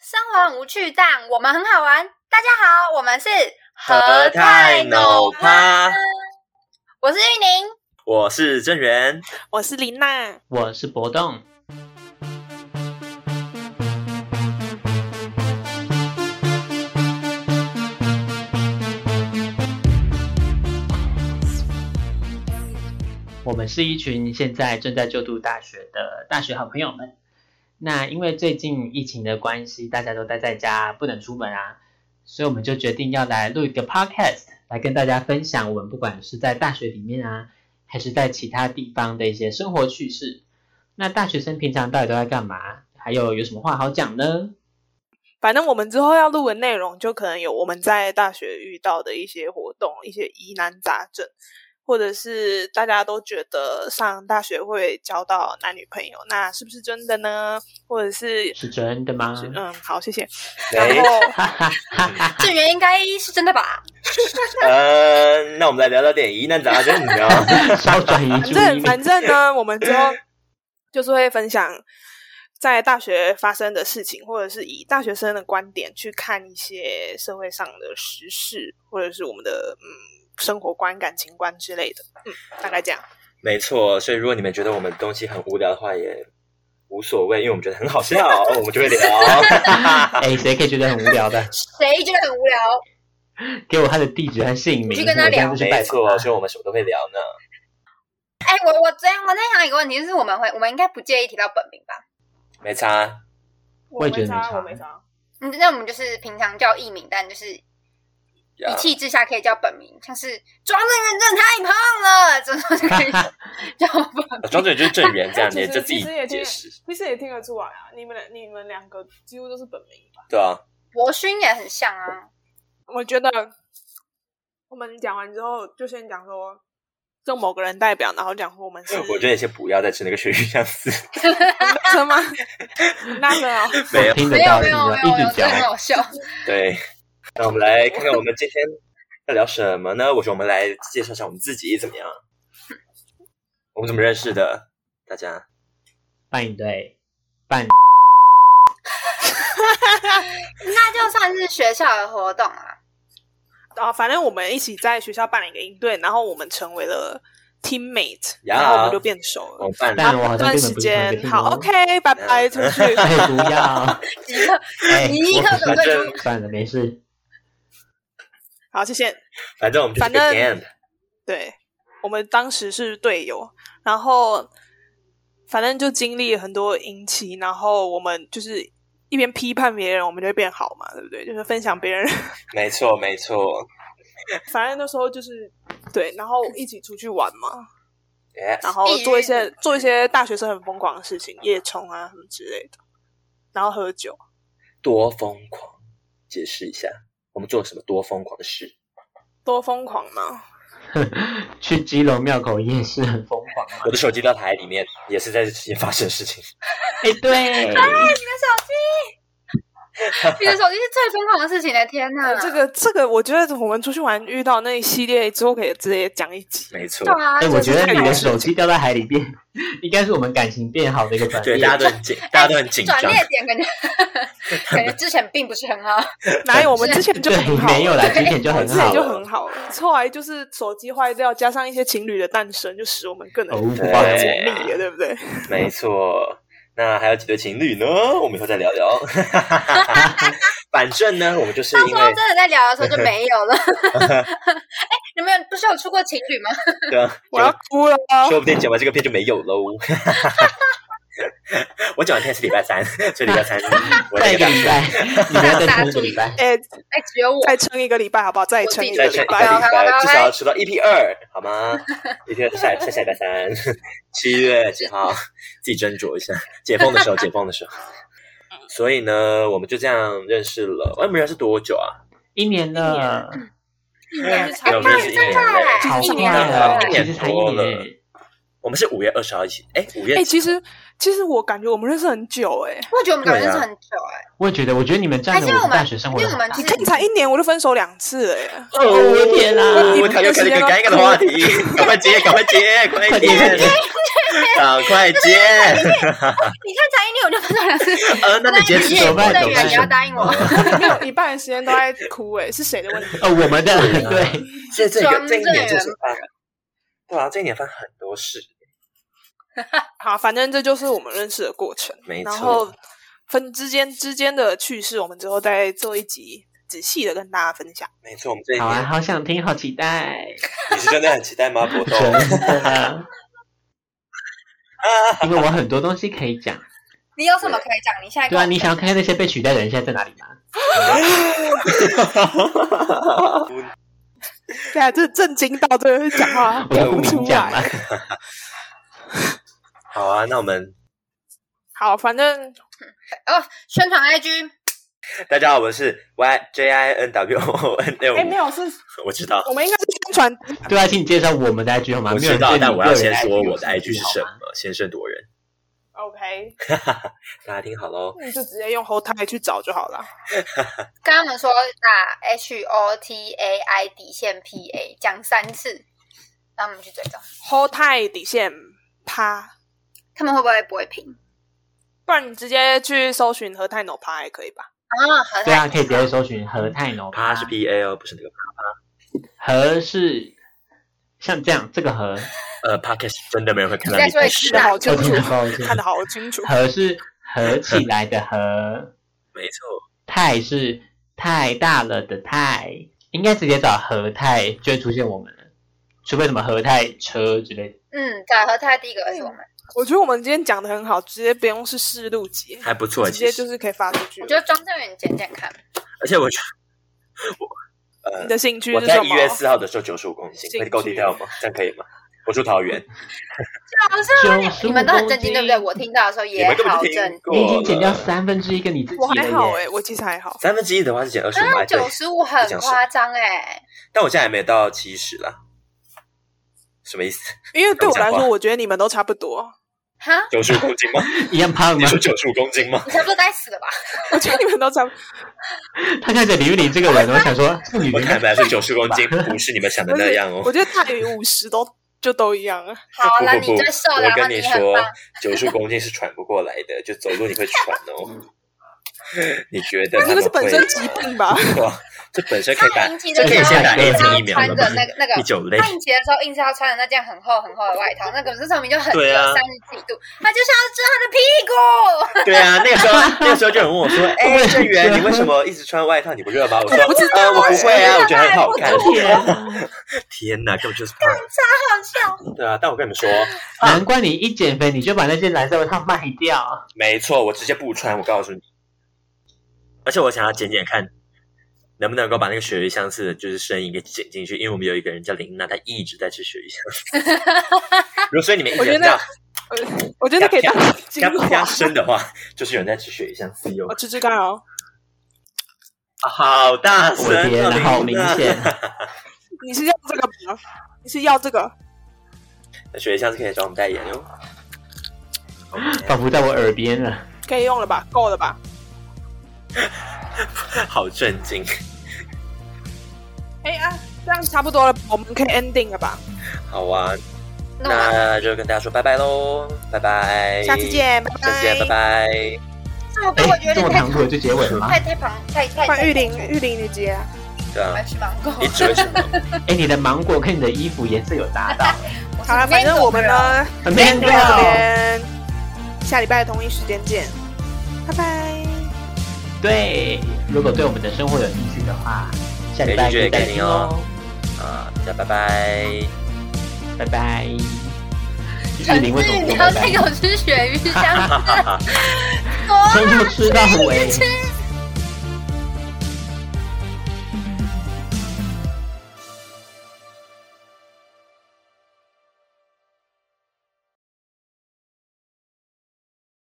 生活很无趣，但我们很好玩。大家好，我们是和泰努趴，我是玉宁。我是郑源。 我是林娜，我是博栋，我们是一群现在正在就读大学的大学好朋友们。那因为最近疫情的关系，大家都待在家，不能出门啊，所以我们就决定要来录一个 podcast，来跟大家分享我们不管是在大学里面啊，还是在其他地方的一些生活趣事。那大学生平常到底都在干嘛？还有有什么话好讲呢？反正我们之后要录的内容，就可能有我们在大学遇到的一些活动、一些疑难杂症，或者是大家都觉得上大学会交到男女朋友，那是不是真的呢？或者是是真的吗？嗯，好，谢谢。哎然后哈哈哈哈！郑源应该是真的吧？呃，那我们来聊聊点疑难杂症，你知道吗？ 稍转 移反注正意反力。正呢，我们之后就是会分享在大学发生的事情，或者是以大学生的观点去看一些社会上的时事，或者是我们的嗯生活观、感情观之类的。嗯，大概这样。没错，所以如果你们觉得我们东西很无聊的话，也无所谓，因为我们觉得很好笑， 我们就会聊。哎，谁可以觉得很无聊的？谁觉得很无聊？给我他的地址和姓名，去跟他聊我下次去没拜访他错，所以我们什么都会聊呢。哎、我我昨天我在想一个问题，就是我们会我们应该不介意提到本名吧？没差，我也觉得没差我没差。嗯，那我们就是平常叫艺名，但就是一呀气之下可以叫本名，像是庄正元真的太胖了，这种就可以叫本名。庄准就是郑源这样， 其你实就自己其实也听解得释，其实也听得出来啊，你们俩你们两个几乎都是本名吧？对啊，博勋也很像啊，我觉得我们讲完之后，就先讲说就某个人代表，然后讲说我们是哎我 觉得你 先不要再吃那个鳕鱼香丝，男生 吗？男生哦，没有听得没有到，没听得有到，没有没一有，直真的很嚼。好笑。对，那我们来看看我们今天要聊什么呢？我说我们来介绍一下我们自己怎么样？我们怎么认识的？大家办一对，办那就算是学校的活动啊，啊，反正我们一起在学校办了一个营队，然后我们成为了 teammate，呀然后我们就变熟我了。们办但我那好像段根时本不是同一个间， team 好哦，OK，拜拜，出 去。哎，不要，即刻哎，你立刻我整不个就算算了，没事。好，谢谢。反正我们就是个反 g 正 a 对，我们当时是队友，然后反正就经历了很多阴气，然后我们就是一边批判别人，我们就会变好嘛，对不对？就是分享别人， 没错没错反正那时候就是对，然后一起出去玩嘛， ，yes，然后做一些做一些大学生很疯狂的事情，夜冲啊什么之类的，然后喝酒。多疯狂！解释一下，我们做了什么多疯狂的事？多疯狂嘛！去基隆庙口夜市很疯狂吗我？的手机掉台里面，也是在这期间发生的事情。哎，对，你的手机是最疯狂的事情的，哎天哪！这个这个，我觉得我们出去玩遇到那一系列之后，可以直接讲一集。没错对，啊，哎，就我是觉得你的手机掉到海里边，应该是我们感情变好的一个转对，变。大家都很紧，大家都很紧张转。捩点，感觉感觉之前并不是很好。哪有我们之前就很对好，没有啦，对之前就很之好前就了。很好了，后来就是手机坏掉，加上一些情侣的诞生，就使我们更能哦更能紧密了，对不对？没错，那还有几对情侣呢？我们以后再聊聊。 反正呢，我们就是到因时候为真的在聊的时候就没有了。哎，你们不是有出过情侣吗？对啊，我要哭了，哦说不定剪完这个片就没有喽。 我剪完片是礼拜三， 所以礼拜 三我再再一个礼拜，你们 要再撑一个礼拜。哎，哎，只有我。再撑一个礼拜好不好？再撑一个再礼撑一个拜，礼拜，至少要吃到 EP 二，好吗？EP 二下下下礼拜三， 七月几号？自己斟酌一下，解封的时候，解封的时候。所以呢，我们就这样认识了。哎我们认识多久啊？一年了，一年就差哎不我们多认识一年了，好一快年哦了，其实才一一年多了年。我们是五月二十号一起，哎，五月哎、其实其实我感觉我们认识很久哎、我也觉得我们感觉对认啊识很久哎、我也觉得，我觉得你们占还了是我我们大学生活因的为我们很大其你实看才一年我就分手两次哎、哦，哦天哪我他又开始一个尴尬的话 题，赶快接，赶快接，快点，赶快接。你看才一年我就分手两次，呃， 那你你接也是怎么办代怎么表办你要答应我，没有一半的时间都在哭哎、是谁的问题？呃，我们的对啊对，这这装个这一正年就是人犯，对啊，这一年犯很多事，好，反正这就是我们认识的过程。没然错后分之间之间的趣事，我们之后再做一集仔细的跟大家分享。没错，我们这一好啊，年好想听，好期待，你是真的很期待吗？搏斗真的，因为我很多东西可以讲。你有什么可以讲？你现在对跟啊，我你想要看看那些被取代的人现在在哪里吗？对啊，这震惊到这个讲话我就讲不不出明讲了来。。 好啊，那我们好，反正哦，宣传 IG，大家好，我们是 Y J I N W O N 六哎、没五，有是，我知道，我们应该是宣传对啊，请你介绍我们的 IG 好吗？我啊没有知人道，对你但我要个人先说我的有兴 IG 趣是什好吗么，先声夺人， OK，大家听好喽。那你就直接用后台去找就好了。跟他们说打 H O T A I 底线 P A 讲三次，让他们去追踪，后台底线趴，他们会不会不会评不然你直接去搜寻和泰 no 趴也可以 吧？啊？好对啊，可以直接搜寻和泰农他是 P A 哦，不是那个和是像这样这个和，呃 p o d c a s t 真的没有人会看到你再你说一的次事看得好清我楚 听，到是看得好清楚。和是合起来的和，没错，泰是太大了的泰，应该直接找和泰就会出现我们了，除非什么和泰车之类的。嗯，对，和泰第一个是我们，我觉得我们今天讲的很好，直接不用是试录集，还不错，直接其就实，是可以发出去我了。觉得庄正远剪剪看，而且我觉得我你呃，的兴趣我是在什一月么？四号的时候九十五公斤，兴会够低调吗？这样可以吗？我住桃园，好像啊你95你们都很震惊，公斤对不对？我听到的时候你也们根本好就震听惊，过你已经减掉了三分之一个你自己我还好了哎、耶。我其实还好。三分之一的话是减二十五，啊，对九十五很夸张哎，但我现在还没有到七十啦，什么意思？因为对我来讲说，话我觉得你们都差不多，哈，九十五公斤吗？一样胖你吗说？九十五公斤吗？你差不多该死了吧？我觉得你们都差不多。他看着李玉玲这个人，我想说，这女我 人看起来是九十公斤，不 是你们想的不是那样哦我。觉得大于五十都就都一样啊。好了，不不不你最瘦了，我然后跟很说棒，， 九十公斤是喘不过来的，就走路你会喘哦。 你觉得这他个们是本会身吗疾病吧？ 哇，这本身可以他打，引起这的可以时候先打硬一是针要疫苗穿了着吧？那个那个第九类他引起的时候硬是要穿着那件很厚很厚的外套，那个这上面就很对啊热，三十几度，他就是要遮他的屁股。 对啊，那个时候那个时候就有人问我说：“哎、郑源，你为什么一直穿外套？你不热吗？”我说：“我不知道呃，我不会啊，我我觉得觉得很好还看。不”天哪，根本就是胖。好笑，对啊，但我跟你们说，难怪你一减肥你就把那件蓝色外套卖掉。没错，我直接不穿。我告诉你，而且我想要减减看，能不能够把那个鳕鱼相似的就是声音给减进去，因为我们有一个人叫林娜，她一直在吃鳕鱼香。如果所以你们一我直觉得这样我我觉得可以当精加加华。深的话，就是有人在吃鳕鱼香丝哟我。吃吃看哦，啊好大声我的天啊，哪，林好明娜显。你是要这个吗？你是要这个？那雪下次可以找我们代言哟。仿佛在我耳边了。可以用了吧？够了吧？好震惊！哎啊，这样差不多了，我们可以 ending 了吧？好啊，弄完那就跟大家说拜拜喽，拜拜，下次，见，拜拜。哎下次见，拜。拜。这我被我觉得哎，这有么点太唐突就结尾了吗？太太庞太太换玉玲，玉玲你接啊。对我啊要，吃 芒果。你只会什么？哎，你的芒果跟你的衣服颜色有搭到。 我是好了，反正我们 Mango 呢，很今天就到这 man 边，下礼拜同一时间见，拜拜。对，如果对我们的生活有兴趣的话，下礼拜可以再听哦。啊，大家拜拜。拜拜。 girl 玉玲为什陈志么不你拜要再给拜？ 我吃鳕鱼香哈哈哈哈多真的吃到尾。吃。